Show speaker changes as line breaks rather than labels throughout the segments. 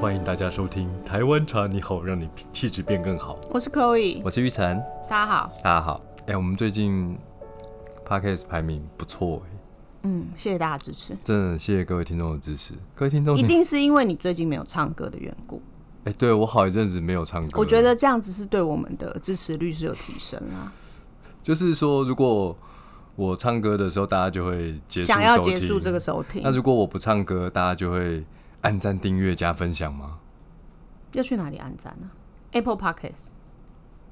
欢迎大家收听《台湾茶你好》，让你气质变更好。
我是 Chloe，
我是玉成，
大家好，
大家好。哎、我们最近 podcast 排名不错、哎，
嗯，谢谢大家支持，
真的谢谢各位听众的支持。各位听众，
一
你
定是因为你最近没有唱歌的缘故，
哎、对我好一阵子没有唱歌，
我觉得这样子是对我们的支持率是有提升啦。
就是说，如果我唱歌的时候，大家就会结束
想要
收
结束
听
这个收听
那，如果我不唱歌，大家就会按赞、订阅、加分享吗？
要去哪里按赞呢、a p p l e Podcast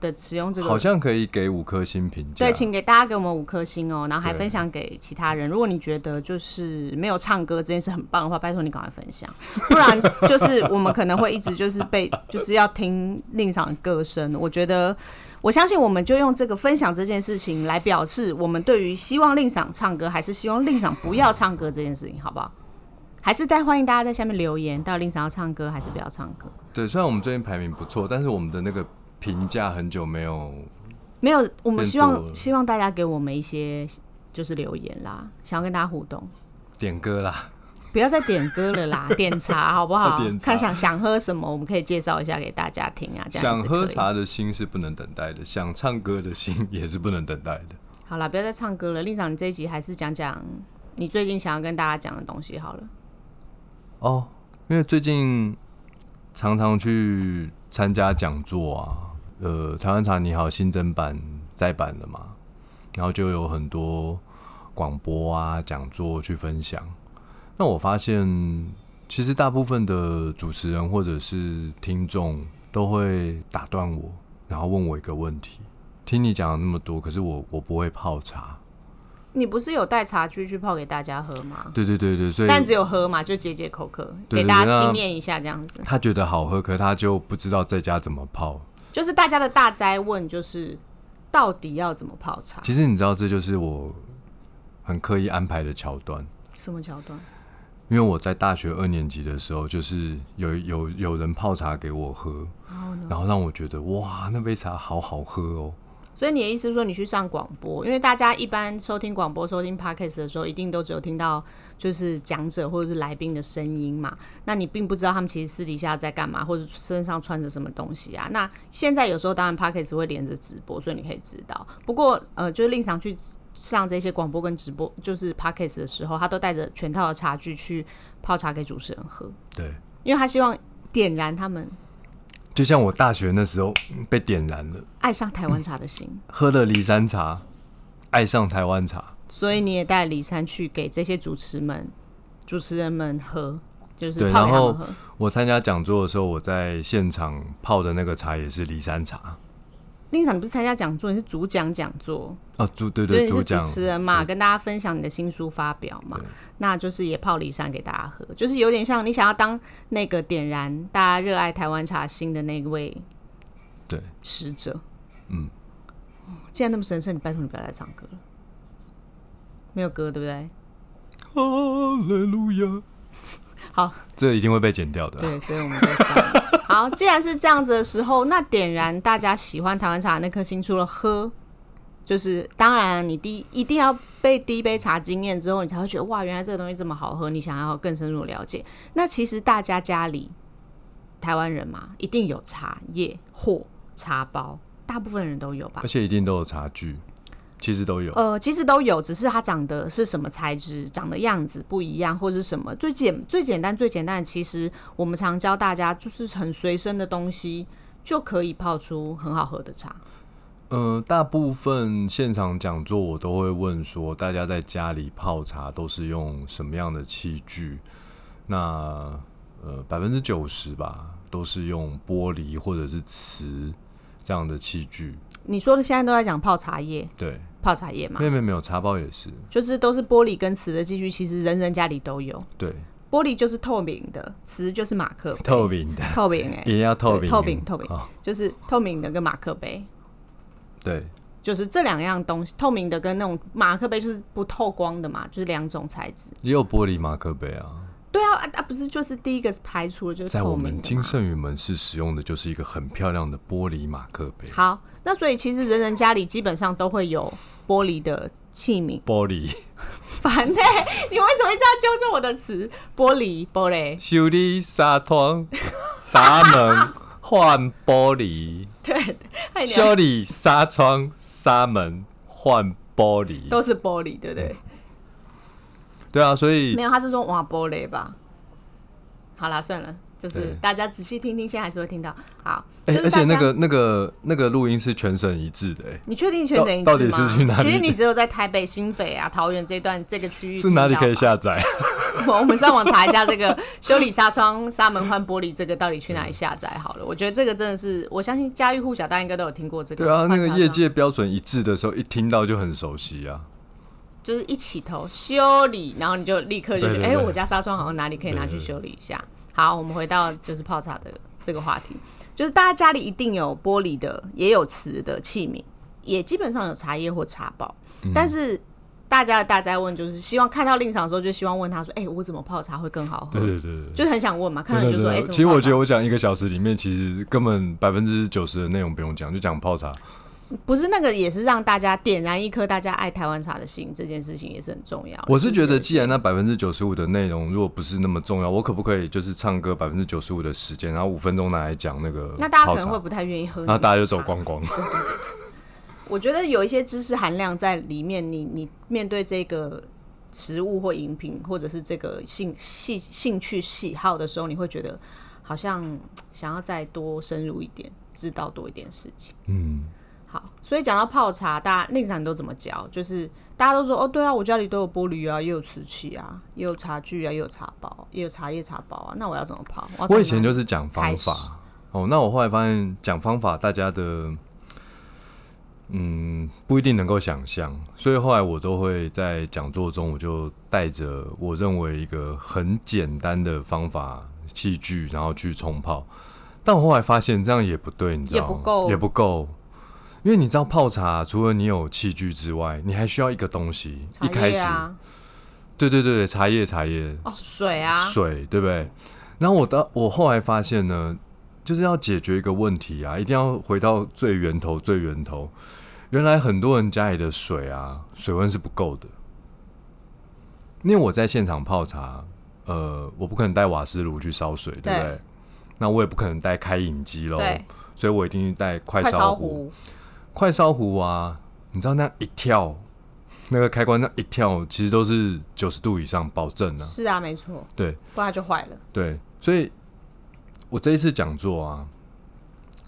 的使用这个
好像可以给五颗星评价。
对，啊请给大家给我们五颗星哦，然后还
对
分享给其他人。如果你觉得就是没有唱歌这件事很棒的话，拜托你赶快分享，不然就是我们可能会一直就是被就是要听另场歌声。我觉得。我相信，我们就用这个分享这件事情来表示我们对于希望令赏唱歌，还是希望令赏不要唱歌这件事情，好不好？还是再欢迎大家在下面留言，到底令赏要唱歌还是不要唱歌？
对，虽然我们最近排名不错，但是我们的那个评价很久没有。
没有，我们
变
希
多了
望希望大家给我们一些就是留言啦，想要跟大家互动。
点歌啦，？
不要再点歌了啦，点茶好不好
点茶
看想想喝什么，我们可以介绍一下给大家听啊。这样
想
子
喝
可以。
茶的心是不能等待的，想唱歌的心也是不能等待的。
好啦，不要再唱歌了。令长，你这一集还是讲讲你最近想要跟大家讲的东西好了。
哦，因为最近常常去参加讲座啊，呃，台湾茶你好新增版再版了嘛，然后就有很多广播啊讲座去分享。那我发现，其实大部分的主持人或者是听众都会打断我，然后问我一个问题：听你讲了那么多，可是我我不会泡茶。
你不是有带茶具去泡给大家喝吗？
对对对对，所以
但只有喝嘛，就解解口渴，
对
给大
对
家
那
经验一下这样子。
他觉得好喝，可他就不知道在家怎么泡。
就是大家的大灾问就是到底要怎么泡茶？
其实你知道，这就是我很刻意安排的桥段，
什么桥段？
因为我在大学二年级的时候，就是有有有人泡茶给我喝，
哦
然后让我觉得哇，那杯茶好好喝哦。
所以你的意思是说，你去上广播，因为大家一般收听广播、收听 podcast 的时候，一定都只有听到就是讲者或者是来宾的声音嘛。那你并不知道他们其实私底下在干嘛，或者身上穿着什么东西啊。那现在有时候当然 podcast 会连着直播，所以你可以知道。不过呃，就是令常去上这些广播跟直播，就是 podcast 的时候，他都带着全套的茶具去泡茶给主持人喝，
对，
因为他希望点燃他们
就像我大学那时候嗯被点燃了，
爱上台湾茶的心。
喝了骊山茶，爱上台湾茶。
所以你也带李珊去给这些主持们、主持人们喝，就是
对
泡
然
给他
后
们喝。
我参加讲座的时候，我在现场泡的那个茶也是骊山茶。
另一场你不是参加讲座，你是主讲讲座，
哦，主对
就是
对，
你
主
是主
讲
持人嘛，跟大家分享你的新书发表嘛
对，
那就是也泡李珊给大家喝，就是有点像你想要当那个点燃大家热爱台湾茶心的那位
对，
使者。嗯，既然那么神圣，你拜托你不要再唱歌了，没有歌对不对？
哈利路亚。
好，
这一定会被剪掉的。啊
对，啊所以我们就删了。好，既然是这样子的时候，那点燃大家喜欢台湾茶的那颗心，除了喝，就是当然你第一一定要被第一杯茶惊艳之后，你才会觉得哇，原来这个东西这么好喝，你想要更深入了解。那其实大家家里台湾人嘛，一定有茶叶或茶包，大部分人都有吧
而。且一定都有差距，其实都有。
呃，其实都有，只是它长的是什么材质、长的样子不一样，或是什么。最简、最简单、最简单的，其实我们常教大家，就是很随身的东西就可以泡出很好喝的茶。
呃，大部分现场讲座我都会问说，大家在家里泡茶都是用什么样的器具？那呃，百分之九十吧，都是用玻璃或者是瓷这样的器具。
你说的现在都在讲泡茶叶，
对，
泡茶叶嘛
没，有没有没有，茶包也是。
就是都是玻璃跟瓷的器具，其实人人家里都有。
对，
玻璃就是透明的，瓷就是马克杯
透明的，
透明哎、
一定要透
对
明，
透明透明
哦
就是透明的跟马克杯。
对，
就是这两样东西，透明的跟那种马克杯就是不透光的嘛，就是两种材质。
也有玻璃马克杯啊。
对啊，啊啊，不是，就是第一个排除了就是
在
透
我
明
们
的
金
嘛。
圣宇门市使用的就是一个很漂亮的玻璃马克杯，
好，那所以其实人人家里基本上都会有玻璃的器皿。
玻璃。
烦欸嘞、你为什么一直要纠正我的词？玻璃，玻璃，
修理纱窗， 闸门、换玻璃、
害你
修理纱窗、纱门、换玻璃。
都是玻璃，对不对？
对啊，所以
没有，他是说瓦玻璃吧？好啦，算了，就是
对
大家仔细听听，现在还是会听到。好，
哎、
就是
而且
大
那
家
个那个那个录音是全省一致的、哎，
你确定全省一致吗？
到到底是去哪里
其实你只有在台北、新北啊、桃园这一段这个区域
是哪里可以
听到吧？
下 载？
我们上网查一下这 个修理纱窗、纱门换玻璃这个到底去哪里下载好了。我觉得这个真的是，我相信家喻户晓，大家应该都有听过这个。
对啊，那
换
个
纱
业
窗
界标准一致的时候，一听到就很熟悉啊。
就是一起头修理，然后你就立刻就觉得，
对对
哎、
对
我家纱窗好像哪里可以拿去修理一下。好，我们回到就是泡茶的这个话题，就是大家家里一定有玻璃的，也有瓷的器皿，也基本上有茶叶或茶包，
嗯
但是。大家的大灾问就是希望看到令场的时候，就希望问他说：“哎、我怎么泡茶会更好喝？”
对对对 对。
就是很想问嘛，看
真
到
的
你就
真
说：“哎、
的，
怎么
其实
泡
我
茶
觉得我讲一个小时里面，其实根本百分之九十的内容不用讲，就讲泡茶。
不是那个，也是让大家点燃一颗大家爱台湾茶的心，这件事情也是很重要。
我是觉得，既然那百分之九十五的内容如果不是那么重要，我可不可以就是唱歌百分之九十五的时间，然后五分钟拿来讲那个
那大家
泡
可能
茶
会，不太愿意喝，
然后大家就走。光光。
我觉得有一些知识含量在里面，你你面对这个食物或饮品，或者是这个兴兴兴趣喜好的时候，你会觉得好像嘖想要再多深入一点，知道多一点事情。
嗯，
好，所以讲到泡茶，大家那个场都怎么教？就是大家都说哦，对啊，我家里都有玻璃啊，也有瓷器啊，也有茶具啊，也有茶包，也有茶叶茶包啊。那我要怎么泡？要怎么
我以前就是讲方
开始
法哦，那我后来发现讲方法大家的嗯不一定能够想象，所以后来我都会在讲座中，我就带着我认为一个很简单的方法器具，然后去冲泡。但我后来发现这样也不对，你知道吗？
也不够
也不够。因为你知道泡茶，除了你有器具之外，你还需要一个东西。一
茶
开
叶
始，
啊，
对对对，对茶叶茶叶，
哦，水啊，
水，对不对？然后我到我后来发现呢，就是要解决一个问题啊，一定要回到最源头，最源头。原来很多人家里的水啊，水温是不够的。因为我在现场泡茶，呃，我不可能带瓦斯炉去烧水，对不对？
对
那我也不可能带开饮机喽
对，
所以我一定是带快
快
烧
烧
壶。
壶，
快烧壶啊，你知道那样一跳，那个开关那一跳，其实都是九十度以上，保证啊。
是啊，没错，
对，
不然它就坏了。
对，所以我这一次讲座啊，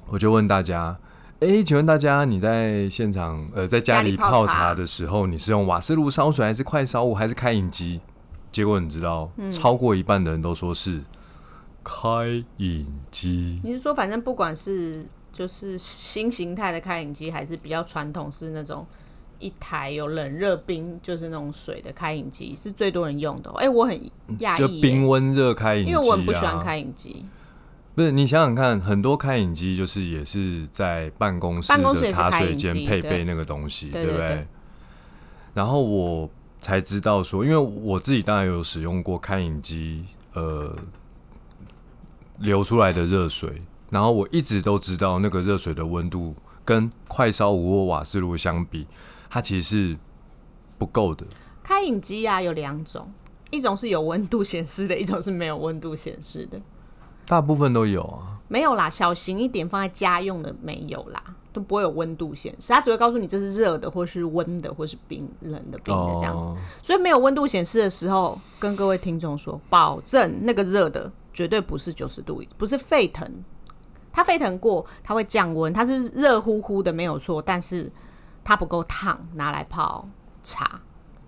我就问大家，诶，请问大家你在现场呃在家
家里
里
泡
泡
茶
茶的时候，你是用瓦斯炉烧水，还是快烧壶，还是开饮机？结果你知道，
嗯
超过一半的人都说是开饮机。
你是说，反正不管是就是新形态的开饮机，还是比较传统是那种一台有冷热冰，就是那种水的开饮机，是最多人用的哦、哎、我很讶
就
异耶、
冰温热开饮机、啊，
因为我很不喜欢开饮机，
不是你想想看，很多开饮机就是也是在办公室
办公室也
的
是
茶
开
水
饮
间
机
配
对
备那个东西，
对
不
对对
对？然后我才知道说，因为我自己当然有使用过开饮机，呃，流出来的热水，然后我一直都知道那个热水的温度跟快烧壶或瓦斯炉相比，它其实是不够的。
开饮机啊有两种，一种是有温度显示的，一种是没有温度显示的。
大部分都有啊，
没有啦，小型一点放在家用的没有啦，都不会有温度显示，它只会告诉你这是热的，或是温的，或是冰冷的冰的这样子。
哦
所以没有温度显示的时候，跟各位听众说，保证那个热的绝对不是九十度，不是沸腾，它沸腾过，它会降温，它是热乎乎的没有错，但是它不够烫，拿来泡茶。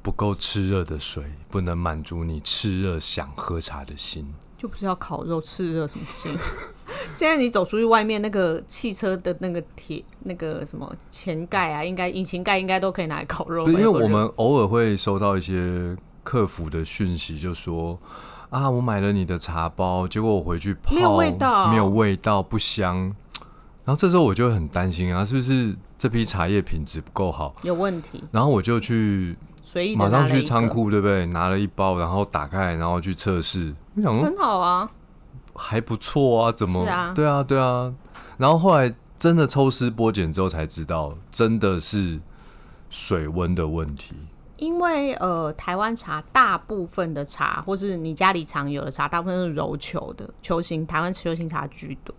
不够炽热的水，不能满足你炽热想喝茶的心。
就不是要烤肉炽热什么劲。 现在你走出去外面，那个汽车的那个铁、那个什么前盖啊，应该引擎盖应该都可以拿来烤肉
不是
吧。
因为
有个
我
热
们偶尔会收到一些客服的讯息，就说啊，我买了你的茶包，结果我回去泡
没有味道
没有味道，不香。然后这时候我就会很担心啊，是不是这批茶叶品质不够好？
有问题，
然后我就去
随意地
马上
拿了一
去
个
仓，库，对不对？拿了一包，然后打开，然后去测试。我想说
很好啊。
还不错啊，怎么？
是啊
对啊，对啊。然后后来真的抽丝剥茧之后才知道，真的是水温的问题。
因为呃，台湾茶大部分的茶，或是你家里常有的茶，大部分是揉球的球形，台湾球形茶居多。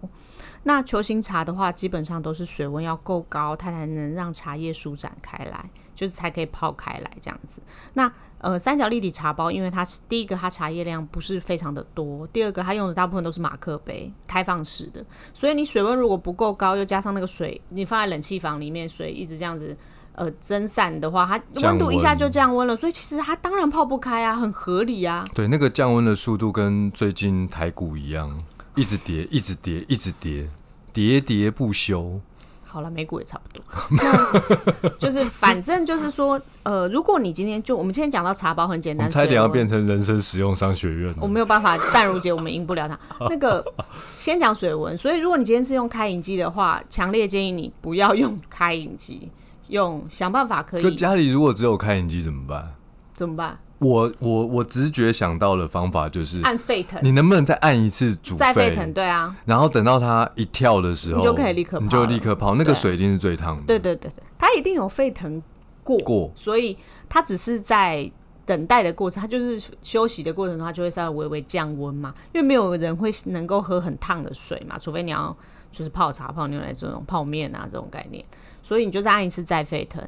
那球形茶的话，基本上都是水温要够高，它才能让茶叶舒展开来，就是才可以泡开来这样子。那呃，三角立体茶包，因为它第一个它茶叶量不是非常的多，第二个它用的大部分都是马克杯，开放式的，所以你水温如果不够高，又加上那个水，你放在冷气房里面，水一直这样子。呃，蒸散的话，它温度一下就降温了，所以其实它当然泡不开啊，很合理啊。
对，那个降温的速度跟最近台股一样，一直跌，一直跌，一直跌，喋喋不休。
好了，美股也差 不多。那就是反正就是说，呃，如果你今天就我们今天讲到茶包很简
我
单，
们差点要变
水
成人生实用商学院
温我
了。
没有办法，淡如姐我们赢不了她。那个 先讲水温，所以如果你今天是用开饮机的话，强烈建议你不要用开饮机，用想办法可
可
以
家里如果只有开饮机怎么办？
怎么办？
我我我直觉想到的方法就是，
按沸腾，
你能不能再按一次煮
再沸
沸？
腾，对啊，
然后等到它一跳的时候，
你就可以立刻泡
你就
了
立刻泡，那个
对
水一定是最烫的。
对对对对，它一定有沸腾过，
过
所以它只是在等待的过程，它就是休息的过程中，它就会稍微微微降温嘛，因为没有人会能够喝很烫的水嘛，除非你要就是泡茶、泡牛奶这种泡面啊这种概念，所以你就再按一次再沸腾，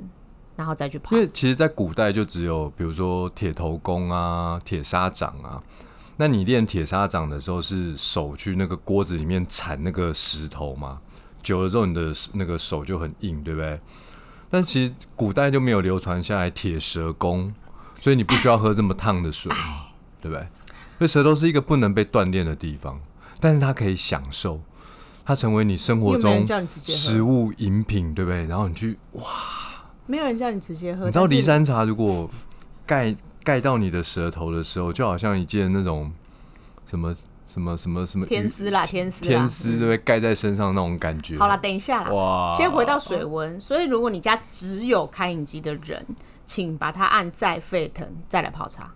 然后再去泡
因。为其实，在古代就只有比如说铁头功啊、铁砂掌啊。那你练铁砂掌的时候，是手去那个锅子里面铲那个石头嘛？久了之后，你的那个手就很硬，对不对？但其实古代就没有流传下来铁蛇功，所以你不需要喝这么烫的水，对不对？所以舌头是一个不能被锻炼的地方，但是它可以享受，它成为你生活
又没有
中
人叫你直接
食
喝，
物、饮品，对不对？然后你去
没有人叫你直接喝。
你知道
但是
离山茶如果盖盖到你的舌头的时候，就好像一件那种什么什么什么什么鱼
天丝啦，天丝啦，
天丝对不对盖在身上那种感觉。
好了，，等一下啦。
哇，
先回到水温，所以如果你家只有开饮机的人，请把它按再沸腾，再来泡茶。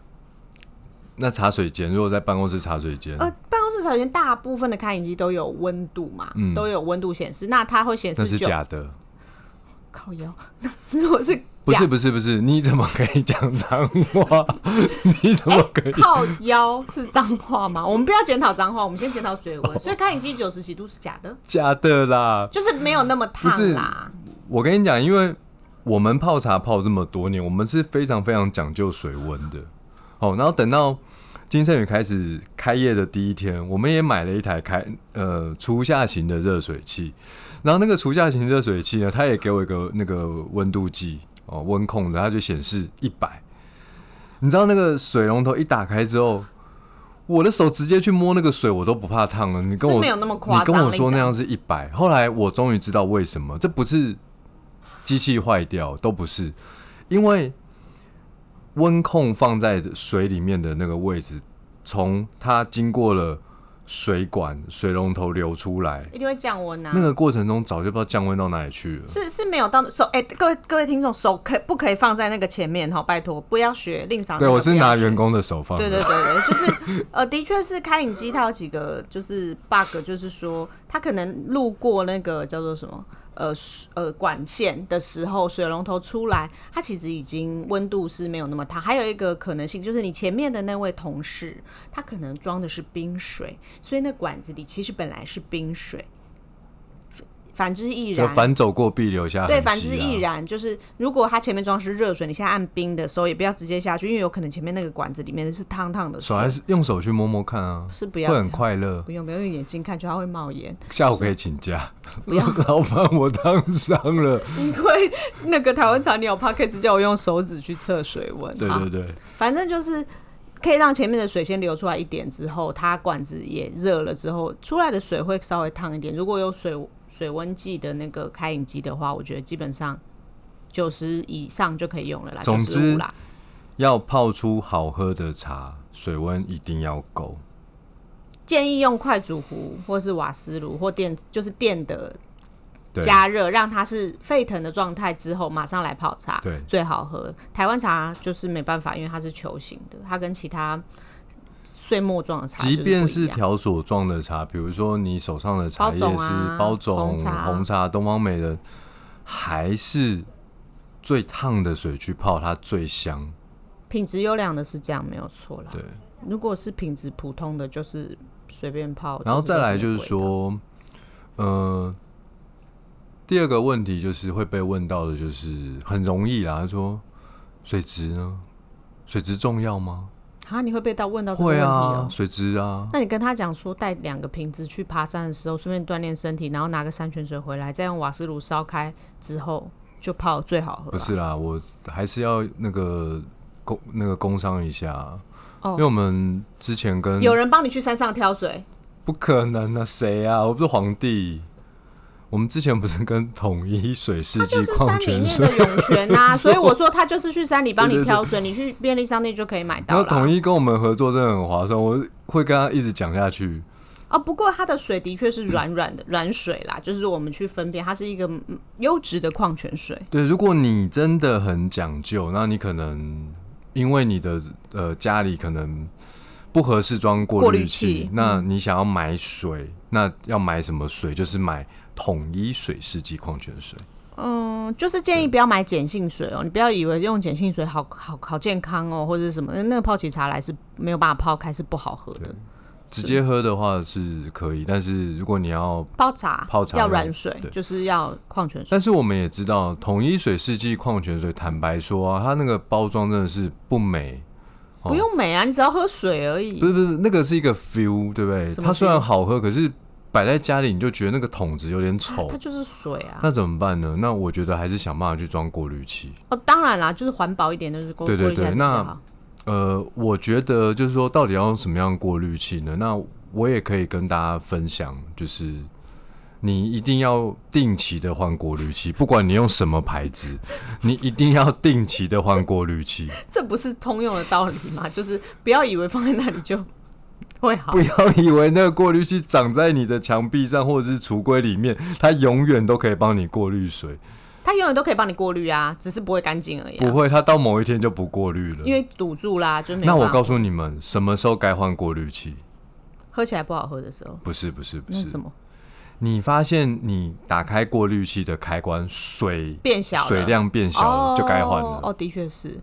那茶水间，如果在办公室茶水间，
呃，办公室茶园大部分的开饮机都有温度嘛，都有温度显示，那它会显
嗯那
示
是
九
假的。
靠腰。 如果是
不是
假
不是不是，你怎么可以讲脏话？ 你怎么可以？
靠腰是脏话吗？ 我们不要检讨脏话，我们先检讨水
哦
温。所以开饮机九十几度是假的，
假的啦！
就是没有那么
不
烫
是
啦。
我跟你讲，因为我们泡茶泡这么多年，我们是非常非常讲究水温的。哦，然后等到金圣宇开始开业的第一天，我们也买了一台开呃厨下型的热水器，然后那个厨下型热水器呢，它也给我一个那个温度计哦，温控的，它就显示一百。你知道那个水龙头一打开之后，我的手直接去摸那个水，我都不怕烫了。你跟
是
我
没有那么夸张
你跟我说
那
那
一
样是一百。后来我终于知道为什么，这不是机器坏掉，都不是，因为温控放在水里面的那个位置，从它经过了水管、水龙头流出来，
一定会降温啊
那。个过程中早就不知道降温到哪里去了。
是是没有到手哎、各位各位听众，手可不可以放在那个前面哈？拜托，不要学令嫂那个
对，
不
我
要学。
是拿员工的手放的。
对对对对，就是呃，的确是开影机，它有几个就是 bug，就是说它可能路过那个叫做什么呃水呃管线的时候，水龙头出来，它其实已经温度是没有那么烫。还有一个可能性就是你前面的那位同事，他可能装的是冰水，所以那管子里其实本来是冰水。反之亦
就
然，
反走过必留下痕迹、啊。
对，反之亦。然。就是如果它前面装的是热水，你现在按冰的时候也不要直接下去，因为有可能前面那个管子里面是烫烫的水
手，还是用手去摸摸看啊，
是不要
会很
这样
快乐。
不用不用用眼睛看，就它会冒烟，
下午可以请假。
不要
老板，我烫伤了。
因为那个台湾茶鸟 p o c k e t 叫我用手指去测水温，
对
好
对对，
反正就是可以让前面的水先流出来一点，之后它管子也热了之后，出来的水会稍微烫一点。如果有水水温计的那个开饮机的话，我觉得基本上九十以上就可以用了啦，
总
九十
之
五啦。
要泡出好喝的茶，水温一定要够。
建议用快煮壶或是瓦斯炉或电，就是电的
对，
加热，让它是沸腾的状态之后，马上来泡茶，
对
最好喝。台湾茶就是没办法，因为它是球形的，它跟其他碎末状的茶
即
就
便
不
是
一样
条索状的茶，比如说你手上的茶叶
包种
是
啊
包种、
红茶
红茶、东方美人，还是最烫的水去泡，它最香。
品质优良的是这样没有错啦。
对，
如果是品质普通的，就是随便泡。
然后再来就是
没有味道，
说，呃，第二个问题就是会被问到的，就是很容易啦，他说水质呢？水质重要吗？
啊，你会被到问到这个问
会
题
啊
哦，、
水质啊，
那你跟他讲说带两个瓶子去爬山的时候，顺便锻炼身体，然后拿个山泉水回来，再用瓦斯炉烧开之后就泡最好喝吧。
不是啦，我还是要那个工那个工商一下，啊
哦
因为我们之前跟
有人帮你去山上挑水，
不可能啊，谁啊？我不是皇帝。我们之前不是跟统一水世纪
就是
矿
山里
泉
面
水，
的涌 泉呐、所以我说他就是去山里帮你
对对对
挑水，你去便利商店就可以买
然
到
后统
啦。
一跟我们合作真的很划算，我会跟他一直讲下去。
哦，不过它的水的确是软软的软水啦，就是我们去分辨，它是一个嗯优质的矿泉水。
对，如果你真的很讲究，那你可能因为你的呃家里可能不合适装过
过
滤
滤器
那你想要买水，那要买什么水？就是买统一水世纪矿泉水。
嗯，就是建议不要买碱性水哦，你不要以为用碱性水好好好健康哦，或者是什么，那个泡起茶来是没有办法泡开，是不好喝的。
直接喝的话是可以，但是如果你要，
泡茶，
泡茶
要
要
软水
对，
就是要矿泉水。
但是我们也知道，统一水世纪矿泉水，坦白说啊，它那个包装真的是不美，哦
不用美啊，你只要喝水而已
不。是不是，那个是一个 feel，对不对？
什么
它虽然好喝，可是摆在家里你就觉得那个桶子有点丑
它，就是水啊。
那怎么办呢？那我觉得还是想办法去装过滤器。
哦，当然啦，就是环保一点，就是过
对对
过滤一下
对
是比较好
呃，我觉得就是说，到底要用什么样的过滤器呢？那我也可以跟大家分享，就是你一定要定期的换过滤器，不管你用什么牌子，你一定要定期的换过滤器，
这不是通用的道理嘛？就是不要以为放在那里就 会好
不。要以为那个过滤器长在你的墙壁上或者是橱柜里面，它永远都可以帮你过滤水，
它永远都可以帮你过滤啊，只是不会干净而已啊、
不会，它到某一天就不过滤
因
了。
为堵住啦，就没有
那我
办法
告诉你们，什么时候该换过滤器？
喝起来不好喝的时候，
不是，不是，不
那
是
是什么
你发现你打开过滤器的开关水
变小了
水量变小了，
哦
就该换了。
哦，的确是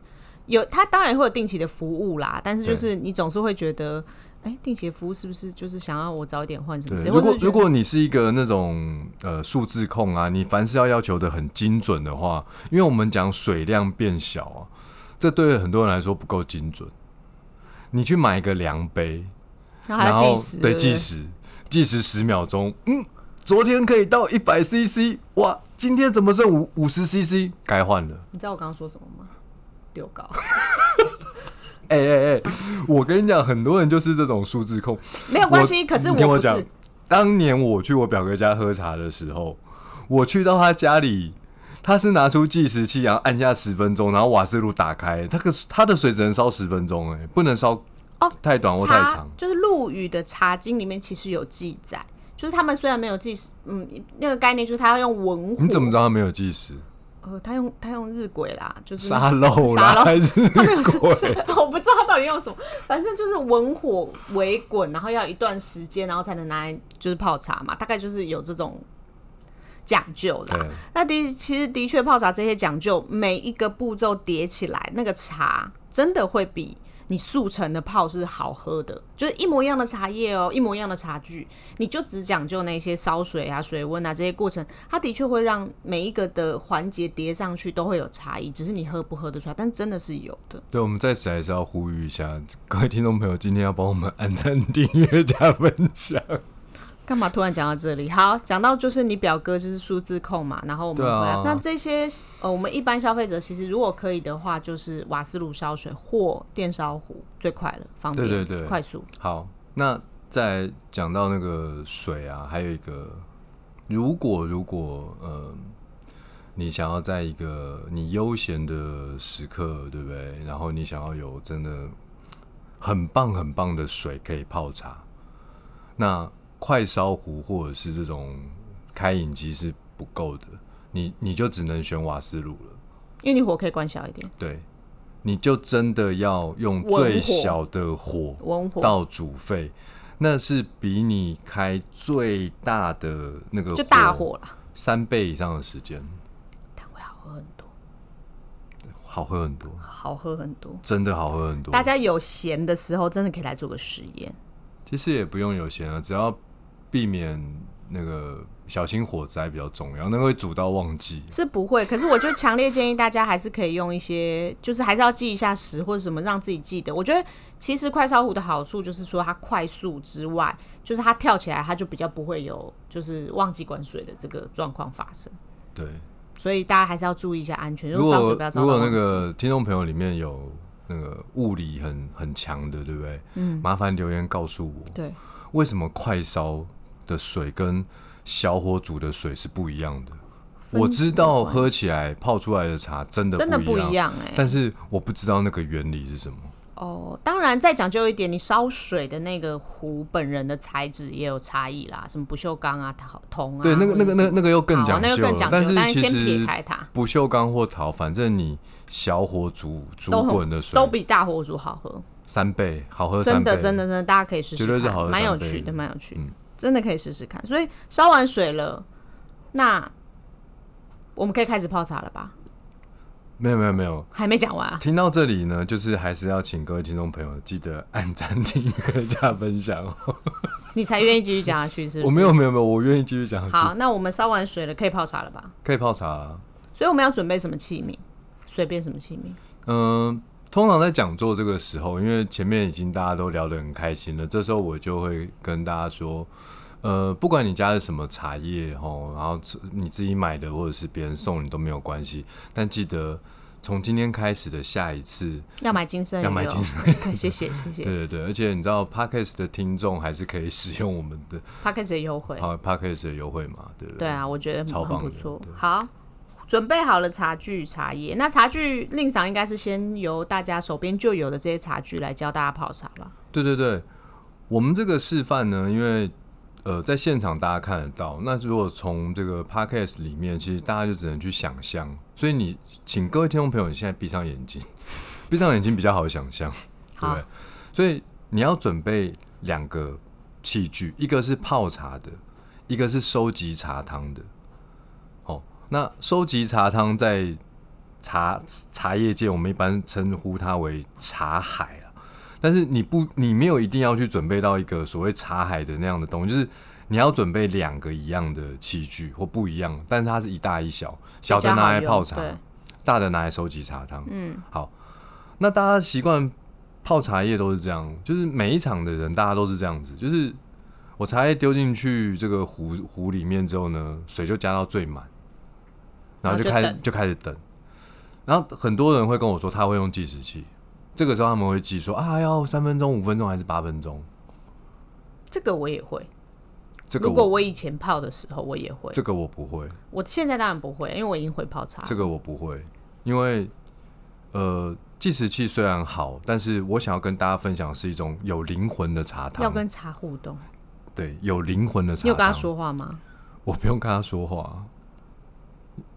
有，它当然会有定期的服务啦，但是就是你总是会觉得，哎、定期的服务是不是就是想要我早一点换什么
对
之，类？
如
或
果
者是觉得
如果你是一个那种呃数字控啊，你凡事要要求的很精准的话，因为我们讲水量变小啊，这对很多人来说不够精准。你去买一个量杯，
然后还
然
要
后
啊计时，
对
不
计时，计时十秒钟。嗯，昨天可以到一百 CC，哇，今天怎么剩五五十 CC？该换了。
你知道我刚刚说什么吗？丢 高，
哎哎哎，我跟你讲，很多人就是这种数字控。
没有关系。可是
你听我
不
讲
是，，
当年我去我表哥家喝茶的时候，我去到他家里，他是拿出计时器，然后按下十分钟，然后瓦斯炉打开，他可他的水只能烧十分钟，哎，不能烧
哦
太短或太
茶
长。
就是陆羽的《茶经》里面其实有记载，就是他们虽然没有记时，嗯，那个概念就是他要用文火，
你怎么知道他没有计时？
呃，他用他用日晷啦，就是
沙漏
沙
啦，
漏
还 是
他没有是
鬼？
是， 我不知道他到底用什么，反正就是文火围滚，然后要一段时间，然后才能拿来就是泡茶嘛，大概就是有这种讲究啦
对。
那的其实的确泡茶这些讲究，每一个步骤叠起来，那个茶真的会比。你速成的泡是好喝的，就是一模一样的茶叶哦，一模一样的茶具，你就只讲究那些烧水啊、水温啊这些过程，它的确会让每一个的环节叠上去都会有差异，只是你喝不喝得出来，但真的是有的。
对，我们在此还是要呼吁一下各位听众朋友，今天要帮我们按赞、 订阅、加分享。
干嘛突然讲到这里？好，讲到就是你表哥就是数字控嘛，然后我们
对啊
回来，那这些呃，我们一般消费者其实如果可以的话，就是瓦斯炉烧水或电烧壶最快了，方便，
对对对
快速。
好，那再讲到那个水啊，还有一个，如果如果呃，你想要在一个你悠闲的时刻，对不对？然后你想要有真的很棒很棒的水可以泡茶，那快烧壶或者是这种开饮机是不够的，你你就只能选瓦斯炉了。
因为你火可以关小一点，
对，你就真的要用
文
最
火
小的火
文火
到煮沸，那是比你开最大的那个
就大火啦，
三倍以上的时间。
但会好喝很多。
好喝很多，
好喝很多。
真的好喝很多。
大家有闲的时候，真的可以来做个实验。
其实也不用有咸了，只要避免那个小心火灾比较重要，那会煮到忘记。
是不会，可是我就强烈建议大家还是可以用一些，就是还是要记一下时或者什么，让自己记得。我觉得其实快烧壶的好处就是说它快速之外，就是它跳起来，它就比较不会有就是忘记关水的这个状况发生。
对，
所以大家还是要注意一下安全，如
如
果上
果
水不要遭
如
到
果那
忘记。
个听众朋友里面有那个物理很很强的，对不对？嗯，麻烦留言告诉我，
对，
为什么快烧的水跟小火煮的水是不一样的？
分
我知道
别关
喝起来泡出来的茶真的
真的不
一
一样哎、
但是我不知道那个原理是什么。
哦，当然再讲究一点，你烧水的那个壶本人的材质也有差异啦，什么不锈钢啊、陶铜啊，
对，那个那个那个
或者是
那个又更
好
讲
啊那
究
就
了，
更讲究
但是
但是
其
先
实
撇开它
不锈钢或陶，反正你小火煮煮
都很
滚的水
都比大火煮好喝，
三倍好喝
真
三倍，
的真的真的，大家可以试试
绝对是
看
好喝
蛮有
三倍
趣的，
的
蛮有趣的
嗯
真的可以试试看。所以烧完水了，那我们可以开始泡茶了吧？
没有没有没有。
还没讲 完啊，
听到这里呢，就是还是要请各位听众朋友记得按赞、订阅、加分享哦。
你才愿意继续讲下去，是不
我
是？
没有没有没有，我愿意继续讲下去，
好，那我们烧完水了，可以泡茶了吧？
可以泡茶啊啦。
所以我们要准备什么器皿？随便什么器皿。
嗯、通常在讲座这个时候，因为前面已经大家都聊得很开心了，这时候我就会跟大家说，呃，不管你家是什么茶叶哦，然后自你自己买的或者是别人送你都没有关系，但记得从今天开始的下一次，
要买金生鱼、哦，
要买金
生鱼， 谢谢谢
对
谢。
对对，而且你知道 Parkes 的听众还是可以使用我们的
他开始也优惠，
好 Parkes 的优惠嘛，对不
对
对
啊，我觉得
超
很
棒
不
的
错
对。
好，准备好了茶具、茶叶。那茶具令赏应该是先由大家手边就有的这些茶具来教大家泡茶吧。
对对对，我们这个示范呢，因为呃在现场大家看得到，那如果从这个 podcast 里面，其实大家就只能去想象，所以你请各位听众朋友，你现在闭上眼睛， 闭上眼睛比较好想象，对不
好
对？所以你要准备两个器具，一个是泡茶的，一个是收集茶汤的。哦，那收集茶汤在茶茶叶界，我们一般称呼它为茶海啊。但是你不，你没有一定要去准备到一个所谓茶海的那样的东西，就是你要准备两个一样的器具或不一样，但是它是一大一小，小
比较
的拿
好
来
用
泡茶，
对，
大的拿来收集茶汤。嗯，好，那大家习惯泡茶叶都是这样，就是每一场的人大家都是这样子，就是我茶叶丢进去这个壶壶里面之后呢，水就加到最满，然后就开
然后就
始
等
就开始等，然后很多人会跟我说他会用计时器，这个时候他们会记说啊要三分钟、五分钟还是八分钟，
这个我也会。
这个
如果
我
我以前泡的时候，我也会。
这个我不会，
我现在当然不会，因为我已经会泡茶。
这个我不会，因为呃，计时器虽然好，但是我想要跟大家分享是一种有灵魂的茶汤，
要跟茶互动，
对有灵魂的茶汤。
你有跟他？说话吗？
我不用跟他说话，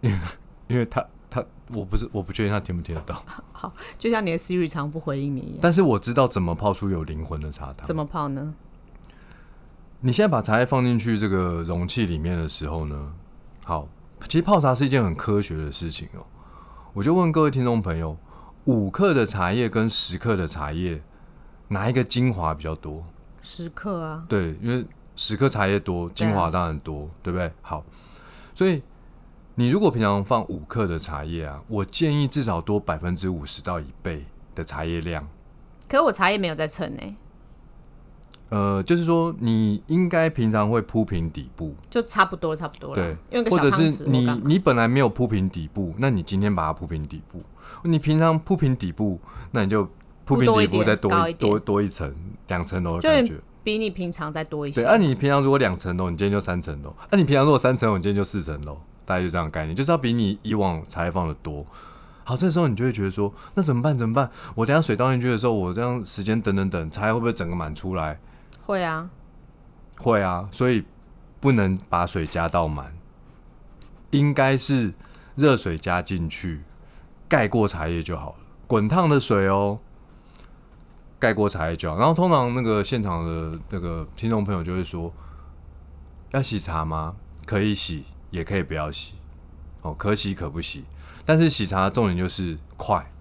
因为因为他他我不是我不确定他听不听得到，
就像你的 Siri 常不回应你一样，
但是我知道怎么泡出有灵魂的茶汤
怎。么泡呢？
你现在把茶叶放进去这个容器里面的时候呢，好，其实泡茶是一件很科学的事情哦。我就问各位听众朋友，五克的茶叶跟十克的茶叶，哪一个精华比较多？
时刻啊，
对，因为十克茶叶多，
对啊
精华当然多，对不对？好，所以你如果平常放五克的茶叶啊，我建议至少多百分之五十到一倍的茶叶量。
可是我茶叶没有在称哎、
呃，就是说你应该平常会铺平底部，
就差不多差不多了。
对，
用一个
或
小
者
汤
是
匙或
你
干嘛
你本来没有铺平底部，那你今天把它铺平底部，哦你平常铺平底部，那你就铺平
多
底
一
部
点
再多
高一点
多多一层两层楼的
就
感觉。
比你平常再多一些。
对，那、啊、你平常如果两层楼，你今天就三层楼；那、啊、你平常如果三层楼，你今天就四层楼，大概就这样的概念，就是要比你以往才放的多。好，这时候你就会觉得说，那怎么办？怎么办？我等一下水倒进去的时候，我这样时间等等等，茶叶会不会整个满出来？
会啊，
会啊，所以不能把水加到满，应该是热水加进去，盖过茶叶就好了。滚烫的水哦，盖过茶叶就好。然后通常那个现场的那个听众朋友就会说，要洗茶吗？可以洗，也可以不要洗。哦，可洗可不洗。但是喜茶的重点就是快，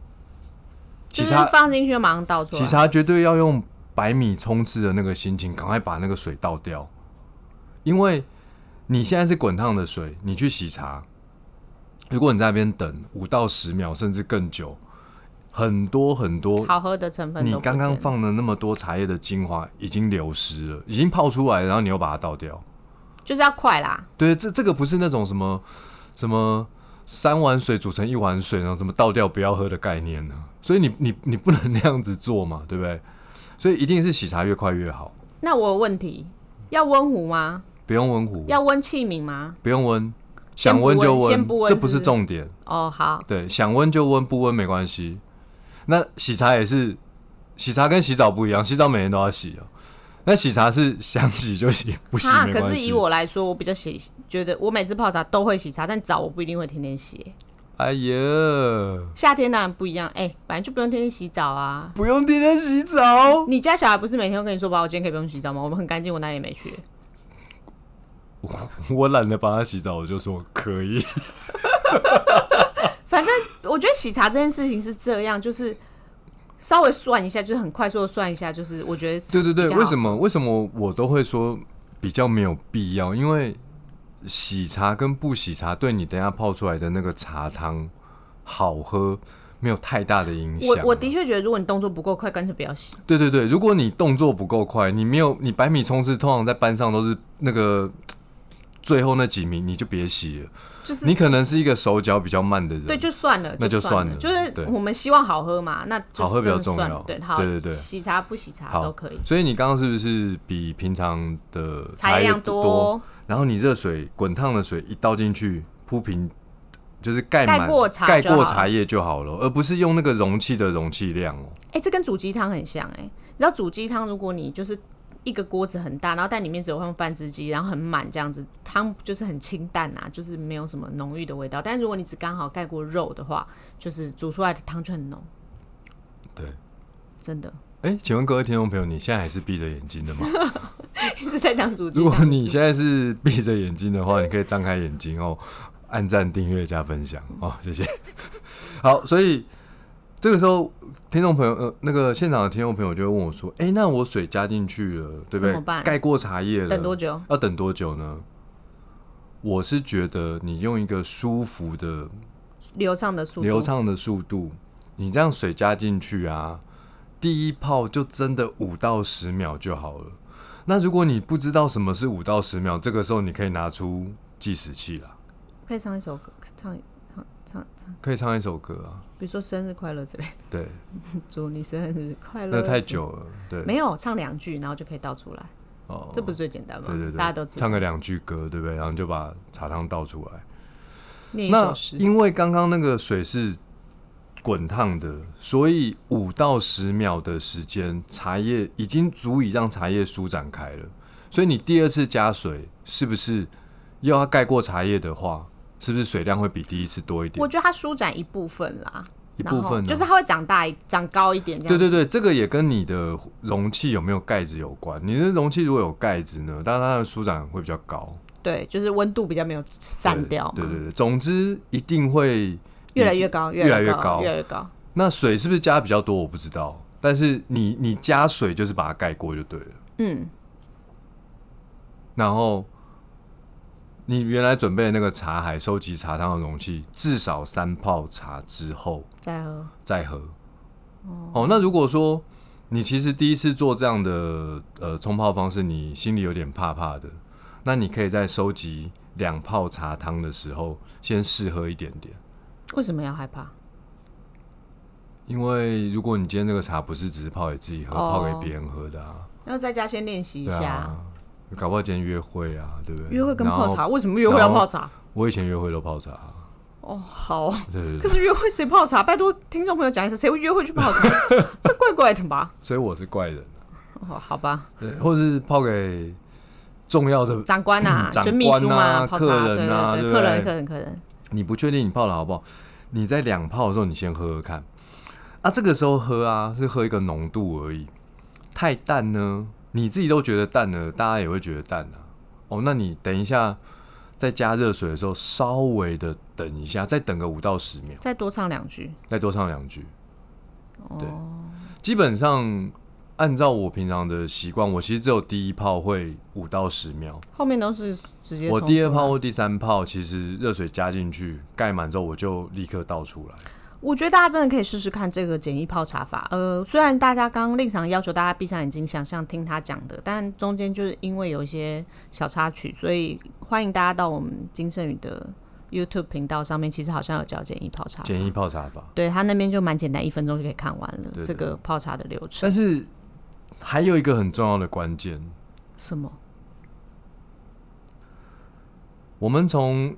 就
喜
是
茶
放进去就马上倒出
喜
来。
茶绝对要用百米冲刺的那个心情，赶快把那个水倒掉，因为你现在是滚烫的水，你去洗茶，如果你在那边等五到十秒甚至更久，很多很多
好喝的成分
你
都不
刚刚
见
放的那么多茶叶的精华已经流失了，已经泡出来了，然后你又把它倒掉。
就是要快啦，
对，这这个不是那种什么什么三碗水煮成一碗水，然后什么倒掉不要喝的概念呢、所以你你你不能那样子做嘛，对不对？所以一定是喜茶越快越好，
那我有问题，要温壶吗？
不用温壶，
要温器皿吗？
不用温，
先
想
不
温就
温先不温
这
是
不
不
是
是
重点。
哦，好，
对，想温就温，不温没关系。那洗茶也是，洗茶跟洗澡不一样，洗澡每天都要洗哦。那洗茶是想洗就洗，不洗
啊，
没
可
关
是
系。
以我来说，我比较喜，觉得我每次泡茶都会洗茶，但澡我不一定会天天洗。
哎呀，
夏天当然不一样，哎、本来就不用天天洗澡啊。
不用天天洗澡。哦
你家小孩不是每天会跟你说吧，我今天可以不用洗澡吗？我们很干净，我哪里也没去。
我懒得帮他洗澡，我就说可以。
反正我觉得洗茶这件事情是这样，就是稍微算一下，就是很快速的算一下，就是我觉得
对对对，为什
么？
么为什么我都会说比较没有必要？因为洗茶跟不洗茶对你等一下泡出来的那个茶汤好喝没有太大的影响
我
啊。
我的确觉得，如果你动作不够快，干脆不要洗。
对对对，如果你动作不够快，你没有你百米冲刺，通常在班上都是那个最后那几名，你就别洗了。
就是
你可能是一个手脚比较慢的人，
对，就算了，
那就
算
算了
就是
对
我们希望好喝嘛，那就
好喝比较
真的算了
重要
对，好，
对对对
喜茶不喜茶
好
都可以，
所以你刚刚是不是比平常的
茶叶量
多？
多，
然后你热水滚烫的水一倒进去，铺平就是盖满
盖过茶
盖
就好
过茶叶就好了，而不是用那个容器的容器量哦。
哎、这跟煮鸡汤很像哎、你知道煮鸡汤，如果你就是一个锅子很大，然后但里面只有放半只鸡，然后很满这样子，汤就是很清淡啊，就是没有什么浓郁的味道。但如果你只刚好盖过肉的话，就是煮出来的汤就很浓，
对，
真的。
哎，请问各位听众朋友，你现在还是闭着眼睛的吗？
一直在讲煮鸡
如
汤。
果你现
在
在是闭着眼睛的话，你可以张开眼睛哦，按赞、订阅、加分享哦， 谢谢。好，所以这个时候，听众朋友，呃，那个现场的听众朋友就会问我说：“哎、那我水加进去了，对不
怎
对
么办？
盖过茶叶了，
等多久？
要等多久呢？”我是觉得你用一个舒服的、
流畅的速度，
流畅的速度，你这样水加进去啊，第一泡就真的五到十秒就好了。那如果你不知道什么是五到十秒，这个时候你可以拿出计时器啦，
可以唱一首歌，唱唱唱唱，
可以唱一首歌啊。
比如说生日快乐之类的，
对，
祝你生日快乐。
那太久了，对，
没有唱两句，然后就可以倒出来，
哦
这不是最简单吗？
对对对，
大家都知道
唱。个两句歌，对不对？然后就把茶汤倒出来。
念一
那
首诗，
因为刚刚那个水是滚烫的，所以五到十秒的时间，茶叶已经足以让茶叶舒展开了。所以你第二次加水，是不是又要盖过茶叶的话，是不是水量会比第一次多一
我
点？
觉得它舒展一部分啦，
一
然
部
后
分呢、啊
就是它会长大一、长高一点这样。
对对对，这个也跟你的容器有没有盖子有关。你的容器如果有盖子呢，当然它的舒展会比较高，
对就是温度比较没有散
对
掉嘛，
对对对，总之一定会
越来越高，
越来
越
越
高，
高
越来越高。
那水是不是加比较多？我不知道，但是你你加水就是把它盖过就对了。
嗯，
然后你原来准备的那个茶海收集茶汤的容器，至少三泡茶之后
再喝
再喝。哦，那如果说你其实第一次做这样的呃冲泡方式，你心里有点怕怕的，那你可以在收集两泡茶汤的时候，先试喝一点点。
为什么要害怕？
因为如果你今天这个茶不是只是泡给自己喝，
哦
泡给别人喝的啊，
然后在家先练习一
对
下。
啊，搞不好今天约会啊，对不对？
约会跟泡
然后
茶，为什么约会要泡茶？
我以前约会都泡茶，
哦，好哦，
对对
可
对，
是约会谁泡茶？拜托听众朋友讲一下，谁会约会去 泡茶？这怪怪的吧？
所以我是怪人，
哦，好吧，
对，或者是泡给重要的，
长官啊，
长
就秘
官
书嘛，
啊
泡
客
茶，对
人啊
对
对不
客人，
对
客人，客人，
你不确定你泡的好不好，你在两泡的时候你先喝喝看，啊，这个时候喝啊是喝一个浓度而已，太淡呢，你自己都觉得淡了，大家也会觉得淡啊，哦，那你等一下。在加热水的时候稍微的等一下，再等个五到十秒，
再多唱两句。
再多唱两句。
哦
对，基本上按照我平常的习惯，我其实只有第一泡会五到十秒，
后面都是直接。
我第二泡，或第三泡，其实热水加进去盖满之后，我就立刻倒出来。
我觉得大家真的可以试试看这个简易泡茶法。呃，虽然大家刚刚令赏要求大家闭上眼睛想象听他讲的，但中间就是因为有一些小插曲，所以欢迎大家到我们金圣宇的 YouTube 频道上面，其实好像有教简易泡茶法。
简易泡茶法，
对他那边就蛮简单，一分钟就可以看完了
对
这个泡茶的流程。
但是还有一个很重要的关键，
什么？
我们从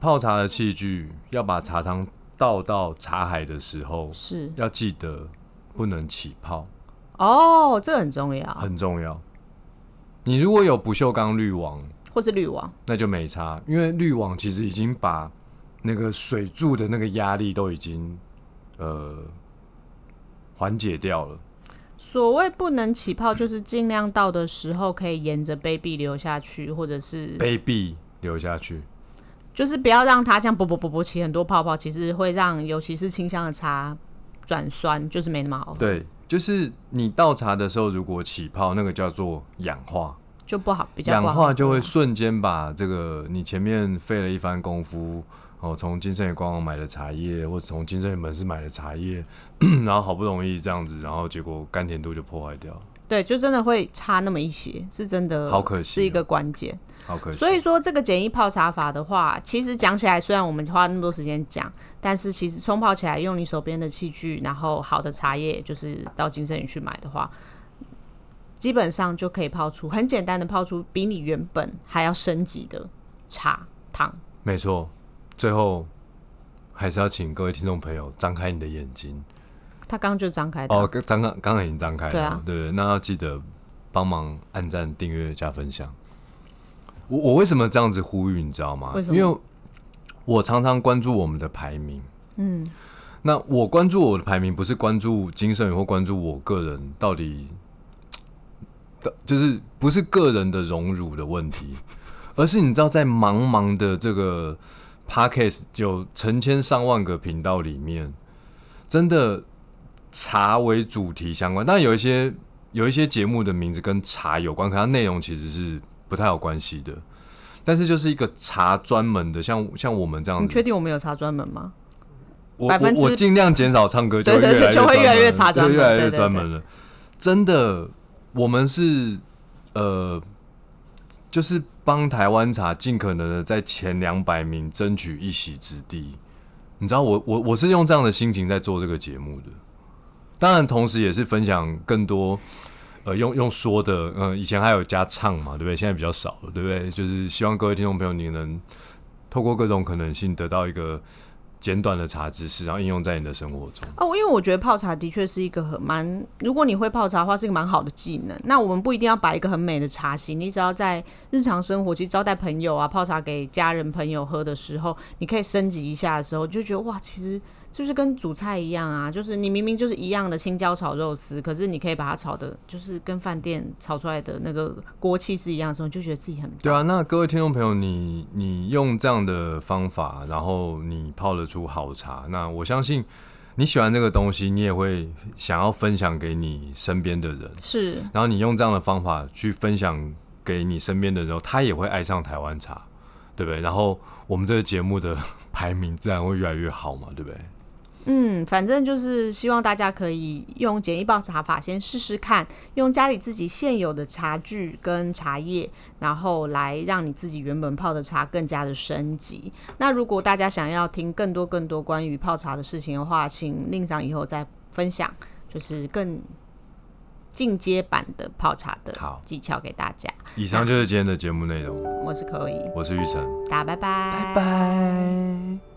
泡茶的器具要把茶汤倒到茶海的时候，
是
要记得不能起泡，
哦，这很重要，
很重要。你如果有不锈钢滤网，
或是滤网。
那就没差，因为滤网其实已经把那个水柱的那个压力都已经呃缓解掉了。
所谓不能起泡，就是尽量倒的时候可以沿着杯壁流下去，或者是
杯壁流下去，
就是不要让它这样啵啵啵啵起很多泡泡，其实会让尤其是清香的茶转酸，就是没那么好喝，
对，就是你倒茶的时候如果起泡，那个叫做氧化，
就不好，比较
氧
不好
化就
喝
会瞬间把这个你前面费了一番功夫。哦，从金盛宇官网买的茶叶，或者从金盛宇门市买的茶叶， 然后好不容易这样子，然后结果甘甜度就破坏掉了，
对，就真的会差那么一些，是真的，
好可惜
是一
哦
个关键。
好可惜。
所以说，这个简易泡茶法的话，其实讲起来，虽然我们花了那么多时间讲，但是其实冲泡起来，用你手边的器具，然后好的茶叶，就是到金盛宇去买的话，基本上就可以泡出很简单的泡出比你原本还要升级的茶汤。
没错，最后还是要请各位听众朋友张开你的眼睛
它刚刚就张开的，啊
哦，刚张刚刚才已经张开了，
对啊
对不对？那要记得帮忙按赞、订阅、加分享。我我为什么这样子呼吁，你知道吗？
为什么
因为我常常关注我们的排名，嗯，那我关注我的排名，不是关注金圣宇或关注我个人到底，的就是不是个人的荣辱的问题，而是你知道，在茫茫的这个 podcast 有成千上万个频道里面，真的茶为主题相关，但有一些有一些节目的名字跟茶有关，可它内容其实是不太有关系的。但是就是一个茶专门的，像像我们这样
你
子
确，定我们有茶专门吗？
我
百分之
我我尽量减少唱歌，就
对对对就
会
会
越
越
来
来
越
越茶专
专门了，
门
越来越
对对
专门了。真的，我们是呃，就是帮台湾茶尽可能的在前两百名争取一席之地。你知道我我我是用这样的心情在做这个节目的，当然同时也是分享更多。呃，用用说的，嗯、以前还有加唱嘛，对不对？现在比较少了，对不对？就是希望各位听众朋友，你能透过各种可能性得到一个简短的茶知识，然后应用在你的生活中。
哦，因为我觉得泡茶的确是一个很蛮，如果你会泡茶的话，是一个蛮好的技能。那我们不一定要摆一个很美的茶席，你只要在日常生活，其实招待朋友啊，泡茶给家人朋友喝的时候，你可以升级一下的时候，就觉得哇，其实就是跟煮菜一样啊，就是你明明就是一样的青椒炒肉丝，可是你可以把它炒的，就是跟饭店炒出来的那个锅气是一样的时候，你就觉得自己很
对啊，那各位听众朋友，你你用这样的方法，然后你泡得出好茶，那我相信你喜欢这个东西，你也会想要分享给你身边的人。
是
然后你用这样的方法去分享给你身边的人，他也会爱上台湾茶，对不对？然后我们这个节目的排名自然会越来越好嘛，对不对？
嗯，反正就是希望大家可以用简易泡茶法先试试看，用家里自己现有的茶具跟茶叶，然后来让你自己原本泡的茶更加的升级。那如果大家想要听更多更多关于泡茶的事情的话，请令赏以后再分享，就是更进阶版的泡茶的
好
技巧给大家。
以上就是今天的节目内容，
我是可以，
我是玉成，
大家拜拜
拜。